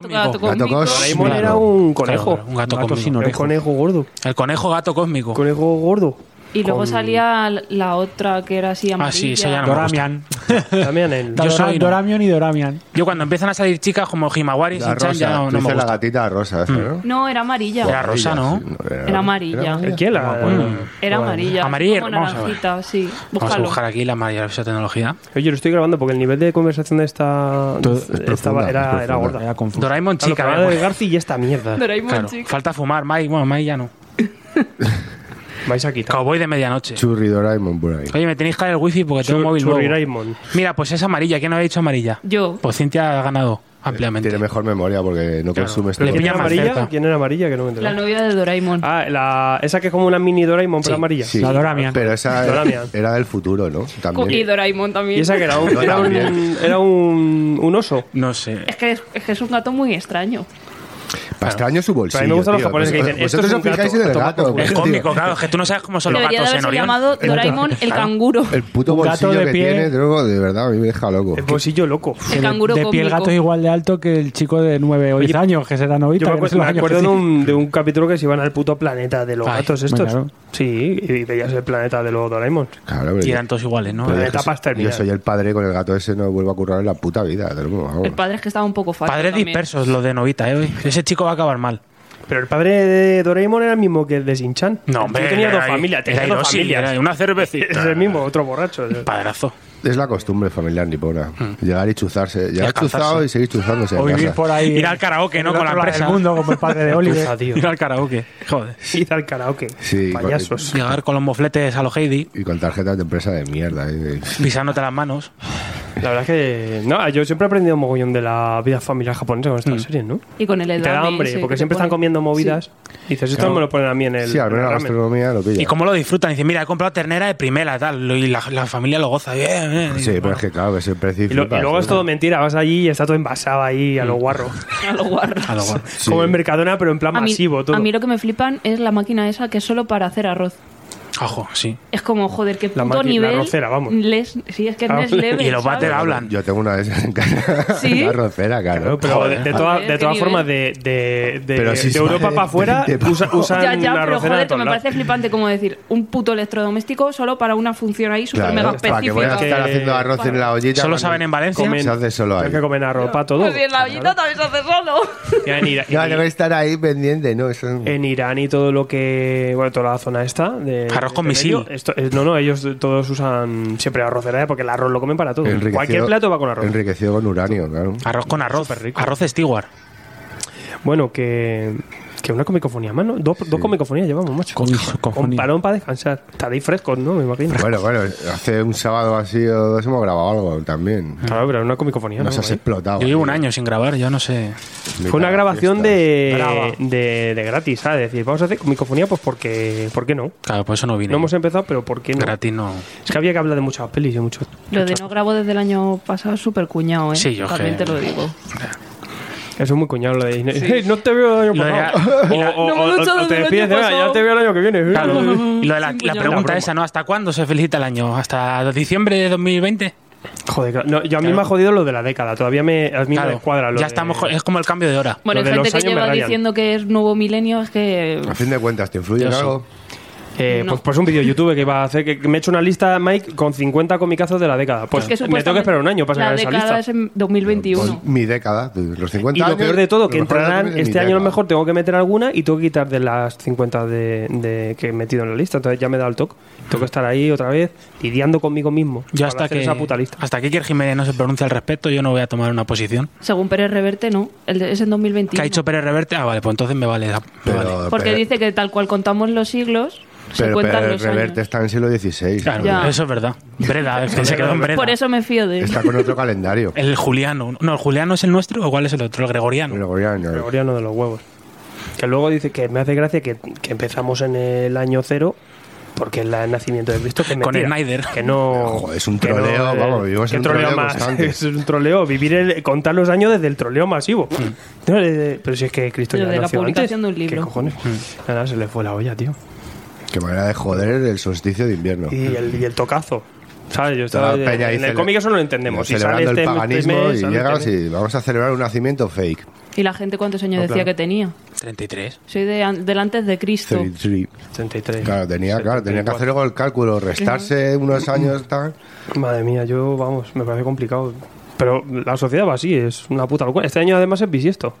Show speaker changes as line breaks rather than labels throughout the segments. Gato
Gato
cósmico.
cos-
Doraemon
Claro.
era un conejo.
Claro, un Oh. gato,
Gato
cósmico.
sin
El
oreja.
conejo gordo.
El conejo gato cósmico.
Conejo gordo.
Y luego
Con-
salía la otra que era así amarilla.
Ah, sí, esa ya no. me gusta.
Doramian.
También el.
Yo
Dora-
soy, ¿no?
Doramion y Doramian.
Yo cuando empiezan a salir chicas como Himawari,
La
Shinchan, ya
rosa,
no,
tú
no me
dices
gusta.
La gatita rosa, esa, ¿no?
No, era amarilla.
Era rosa, ¿no?
Sí,
Era amarilla.
¿El quién? La-
Era amarilla.
Amarilla,
como
vamos a ver.
naranjita, sí.
Vamos a
Búscalo.
buscar aquí la maravillosa tecnología.
Oye, lo estoy grabando porque el nivel de conversación de esta.
Todo- es
estaba-
profunda, es
era,
profunda.
era gorda.
Era confuso.
Doraemon
Claro,
chica.
pero
¿eh?
ahora el Garci y esta mierda.
Doraemon,
Claro.
chica.
Falta fumar, Mai. Bueno, Mai ya no.
Vais a quitar.
Cowboy de medianoche.
Churri Doraemon por ahí.
Oye, me tenéis que dar el wifi porque tengo
Chur-
un móvil nuevo.
Churriraimon.
Mira, pues es amarilla. ¿Quién no había dicho amarilla?
Yo.
Pues Cintia ha ganado ampliamente.
Tiene mejor memoria porque no
Claro.
consumes
Le
todo.
¿Quién
pilla
era
más
amarilla?
cerca.
¿Quién era amarilla? Que no me
La
entero.
novia de Doraemon.
Ah, la, esa que es como una mini Doraemon, pero
Sí,
amarilla.
Sí.
La Doramian.
Pero esa
Doramian.
era del futuro, ¿no?
Co- Y
También.
Doraemon también.
Y esa que era un,
Yo
era un,
también.
era un, un oso.
No sé.
Es que es, es que es un gato muy extraño.
Para extraño su bolsillo.
Pero a mí me gustan los
tío.
japoneses que dicen, "Esto
Vosotros
es
os
un
fijáis
gato,
en el
toma por
gato.
culo".
Es
tío.
cómico, claro. Es que tú no sabes cómo son los
Debería de
gatos en
haberse
Orión.
llamado Doraemon el canguro.
El puto
Un gato
bolsillo
de
que
pie.
tiene, drogo, de verdad, a mí me deja loco.
El bolsillo loco.
El canguro
de piel
cósmico.
gato es igual de alto que el chico de 9 o 10
Oye,
años, que será novita.
Yo me
que no sé
acuerdo,
los
me
años
acuerdo
que
de,
tiene.
un, de un capítulo que se iban al puto planeta de los
Ay,
gatos estos.
claro.
Sí, y veías el planeta de los Doraemon.
Claro, pero
Y
yo-
eran todos iguales, ¿no?
Pero-
yo
de
que
tapas
soy- Yo
terminal.
soy el padre con el gato ese, no vuelvo a currar en la puta vida. te lo juro, vamos.
El padre es que estaba un poco fatal.
Padres
también.
dispersos, los de Novita, ¿eh? hoy. Ese chico va a acabar mal.
Pero el padre de Doraemon era el mismo que el de Shinchan.
No,
Yo
hombre.
tenía dos
era-
familias, tenía
era
dos
Hiroshi,
familias.
era una cervecita.
Ah.
Es el mismo, otro borracho.
Padrazo.
Es la costumbre familiar nipona. Llegar y chuzarse. Llegar
alcanzarse.
chuzado y seguir chuzándose.
O
en
vivir
casa.
por ahí.
Ir al karaoke, ¿no?
en
Con
el
la
otro lado
empresa.
del mundo, como el padre de
Tuza,
Oliver.
tío.
Ir al karaoke. Joder.
Y al karaoke.
Sí,
Payasos.
Llegar con los mofletes a los Heidi,
Y con tarjetas de empresa de mierda. ¿eh?
pisándote las manos.
La verdad es que. No, yo siempre he aprendido un mogollón de la vida familiar japonesa con estas
Mm.
series, ¿no?
Y con el
Y te da
edame
hambre,
ese
porque
que te
siempre están
ponen.
comiendo movidas. Y dices, esto no me lo ponen a mí en el.
Sí, al menos
en
la
el ramen.
gastronomía lo pilla.
¿Y cómo lo disfrutan? Dicen, mira, he comprado ternera de primera, tal. Y la, la familia lo goza. Bien, bien.
Sí,
Y,
pero
bueno,
es que claro, que es el precio.
Y, lo- y luego es todo mentira, vas allí y está todo envasado ahí a
Mm.
lo guarro.
A lo guarro.
a lo guay.
Como en Mercadona, pero en plan
A mí,
masivo todo.
a mí lo que me flipan es la máquina esa que es solo para hacer arroz.
Ojo, sí.
Es como, joder, qué
La
puto
maqui- la
nivel.
arrocera, vamos.
les- sí, es que
Ah,
no es leve.
y los
¿sabes?
váter hablan.
Yo tengo una de esas en casa.
¿Sí?
Una rocera,
Claro,
claro.
pero
Joder.
de, de toda-
Joder,
de
qué
todas
nivel.
formas, de, de, de-
Pero si
de
se
Europa
vale
para afuera
20 pavos.
usa- usan
Ya, ya,
la
pero
arrocera
joder,
de
que
todos
me
lados.
parece flipante como decir un puto electrodoméstico solo para una función ahí súper mega
Claro, para que voy a
específica.
estar haciendo arroz en la ollita.
Solo
cuando
saben en Valencia.
comen- Se hace solo ahí.
Tienes que comen arropa todo.
Pues bien, la ollita también se hace solo.
Ya en, Ira- en
No, debe estar ahí pendiente, ¿no? Eso es-
en Irán y todo lo que. Bueno, toda la zona esta. De,
Arroz con
de medio,
misil.
esto- eh, no, no, ellos todos usan siempre arrocera, ¿eh? porque el arroz lo comen para todo.
enriquecido-
Cualquier plato va con arroz. Ah,
Enriquecido con uranio, claro.
Arroz con arroz. Arroz Stewart.
Bueno, que. Que una comicofonía más, ¿no? Dos, dos comicofonías llevamos, macho. Con
Comicofonía.
parón para descansar. Estaréis frescos, ¿no? Me imagino.
Bueno, bueno, hace un sábado así o dos hemos grabado algo también.
Claro, pero una comicofonía.
Nos
¿no?
has explotado.
Yo llevo un
tío.
año sin grabar, yo no sé.
Fue una grabación de,
Brava.
de, de gratis, ¿sabes? Es decir, vamos a hacer comicofonía, pues porque, ¿por qué no?
Claro, por eso no vine.
No hemos empezado, pero ¿por qué no?
Gratis no.
Es que había que hablar de muchas pelis y mucho.
Lo de no grabo desde el año pasado es súper cuñado, ¿eh?
Sí, yo
También
que-
te lo digo.
Eso es muy cuñado lo de Disney. Hey, no te veo el año
Lo de-
pasado.
y la-
O- o-
No me
o-
han
o-
dicho
o
lo
te
del
despides
año
de "Ah, ya
pasado".
te veo el año que viene.
Claro. Y lo de la,
Sin
la
puñal.
La broma.
pregunta esa, ¿no? ¿Hasta cuándo se felicita el año? ¿Hasta diciembre de 2020?
Joder, claro. No, yo a mí me ha jodido lo de la década. Todavía me, a mí me descuadra lo
ya
de-
estamos. co- Es como el cambio de hora.
Bueno,
Lo
hay
de los
gente que
años me
lleva
rayan.
diciendo que es nuevo milenio, es que...
A fin de cuentas, ¿te influye en
Yo sí.
algo?
Eh,
No.
pues, pues un vídeo YouTube que iba a hacer, que, que me he hecho una lista, Mike, con 50 comicazos de la década. Pues
es que
me tengo
supuestamente
que esperar un año para
La
sacar esa lista.
década es en 2021.
Pues, mi década, los 50
Y lo
años,
peor de todo, que
lo mejor de la
entrarán
comida es mi
este año a lo
década.
mejor, tengo que meter alguna y tengo que quitar de las 50 de, de- que he metido en la lista. Entonces ya me da el toque. Tengo que estar ahí otra vez lidiando conmigo mismo.
Yo
para
hasta
hacer
que,
Esa puta lista.
hasta que Iker Jiménez no se pronuncia al respecto, yo no voy a tomar una posición.
Según Pérez Reverte, no. El de- es en 2021.
¿Qué ha dicho Pérez Reverte? Ah, vale, pues entonces me vale. la- me
Pero,
vale.
Porque
pero-
dice que tal cual contamos los siglos, se
pero-
cuentan
pero
los
Reverte
años.
está en el siglo XVI.
Claro,
Ya.
eso es verdad. Breda, es que se quedó en Breda.
Por eso me fío de él.
Está con otro calendario.
El Juliano. No, ¿el Juliano es el nuestro o cuál es el otro? El Gregoriano.
Gregoriano.
Gregoriano de los huevos. Que luego dice que me hace gracia que, que empezamos en el año cero porque es la- el nacimiento de Cristo. Que es
Con
mentira.
Snyder.
Que no.
Joder, es un
que no-
troleo,
eh,
vamos, vivimos
¿qué
en un troleo
más?
constante.
es un troleo. Vivir el, contar los años desde el troleo masivo. No, eh, pero si es que Cristo ya
Desde la
nació
publicación
antes.
de un libro.
¿Qué cojones? Nada, se le fue la olla, tío.
Qué manera de joder el solsticio de invierno.
Y el, y el tocazo. ¿Sabes? Yo estaba,
Toda la peña ahí
en el
cele-
cómic eso no lo entendemos. Si sale
Celebrando
este
el
mes,
paganismo
este mes,
y
sale este
llegas y
mes.
vamos a celebrar un nacimiento fake.
¿Y la gente cuántos años
No,
decía
claro.
que tenía?
33.
Soy de an- del antes de Cristo.
Three, three.
33.
Claro, tenía, claro, tenía que hacer algo el cálculo, restarse unos años tal.
Madre mía, yo, vamos, me parece complicado. Pero la sociedad va así, es una puta locura. Este año además es bisiesto.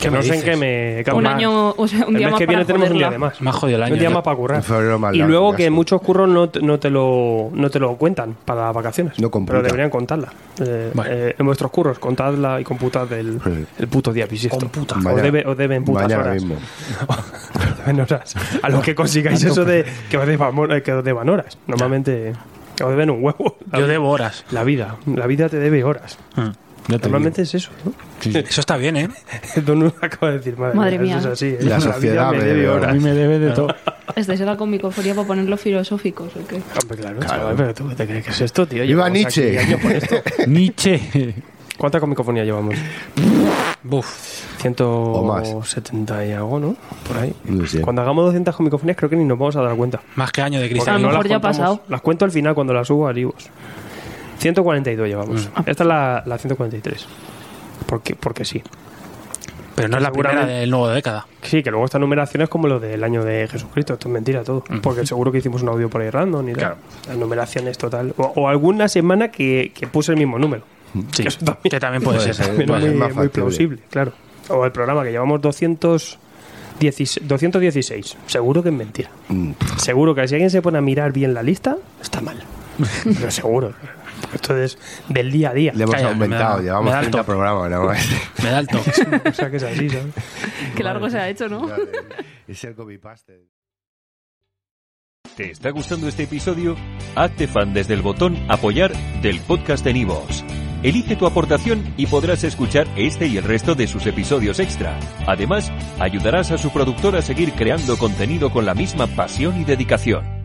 Que
me
no sé en
dices?
qué me...
Un
más.
año, o sea, un
el
día
mes
más
que
para
viene tenemos un día de
joderla.
más.
Me ha jodido el año,
Un día
yo-
más para currar.
En febrero más
y
largo,
luego
ya
que
sí.
muchos curros no, te- no, te lo, no te lo cuentan para las vacaciones.
No computa.
pero deberían contarla. Eh,
Bueno.
eh, en vuestros curros, contadla y computad el,
Sí.
el puto día bisiesto.
Computa.
Os, debe- os deben putas
mañana
horas.
mismo.
Deben horas. A lo que consigáis eso de que os, deban, eh, que os deban horas. Normalmente que os deben un huevo.
Yo debo horas.
La vida. La vida te debe horas.
Ah,
Mm.
Normalmente es eso, ¿no?
Eso está bien, ¿eh?
Don Nuno acaba de decir, madre,
Madre mía.
Eso es así. ¿eh?
La
vida
sociedad me debe
A
horas.
mí me debe de todo.
Estáis ahora Este, con microfonía para ponerlos filosóficos, ¿o qué?
Hombre, claro, chaval, pero tú, ¿qué te crees que es esto, tío?
¡Viva
Llevamos
Nietzsche!
aquí años con esto.
Nietzsche.
¿Cuánta comicofonía llevamos?
Buf.
170 y algo, ¿no? Por ahí.
No sé.
Cuando hagamos 200 comicofonías creo que ni nos vamos a dar cuenta.
Más que año de
A
Porque
cristal.
lo
no
mejor
las
ya ha
contamos.
pasado.
Las cuento al final cuando las subo a Libos. 142 llevamos.
Ah.
Esta es la, la 143. Porque, porque sí.
Pero no es la primera
Seguramente.
del nuevo década.
Sí, que luego esta numeración es como lo del año de Jesucristo. Esto es mentira todo. Porque seguro que hicimos un audio por ahí random y tal. La numeración es total. O, o alguna semana que, que puse el mismo número.
Sí.
Eso también. ¿eh?
Que también puede
Puede
ser.
ser.
Pero
Vale,
muy,
pues más
muy
factible.
plausible, claro. O el programa que llevamos 216, 216. Seguro que es mentira.
Mm.
Seguro que si alguien se pone a mirar bien la lista, está mal. Pero seguro. Esto es del día a día.
Le hemos
Calla,
aumentado,
me da- me
llevamos
da el
30
toque.
programas nada más.
Me da el toque.
O sea que es así, ¿sabes?
Qué largo se ha hecho, ¿no?
es el copypaste.
¿Te está gustando este episodio? Hazte fan desde el botón Apoyar del podcast de Nivos. Elige tu aportación y podrás escuchar este y el resto de sus episodios extra. Además, ayudarás a su productor a seguir creando contenido con la misma pasión y dedicación.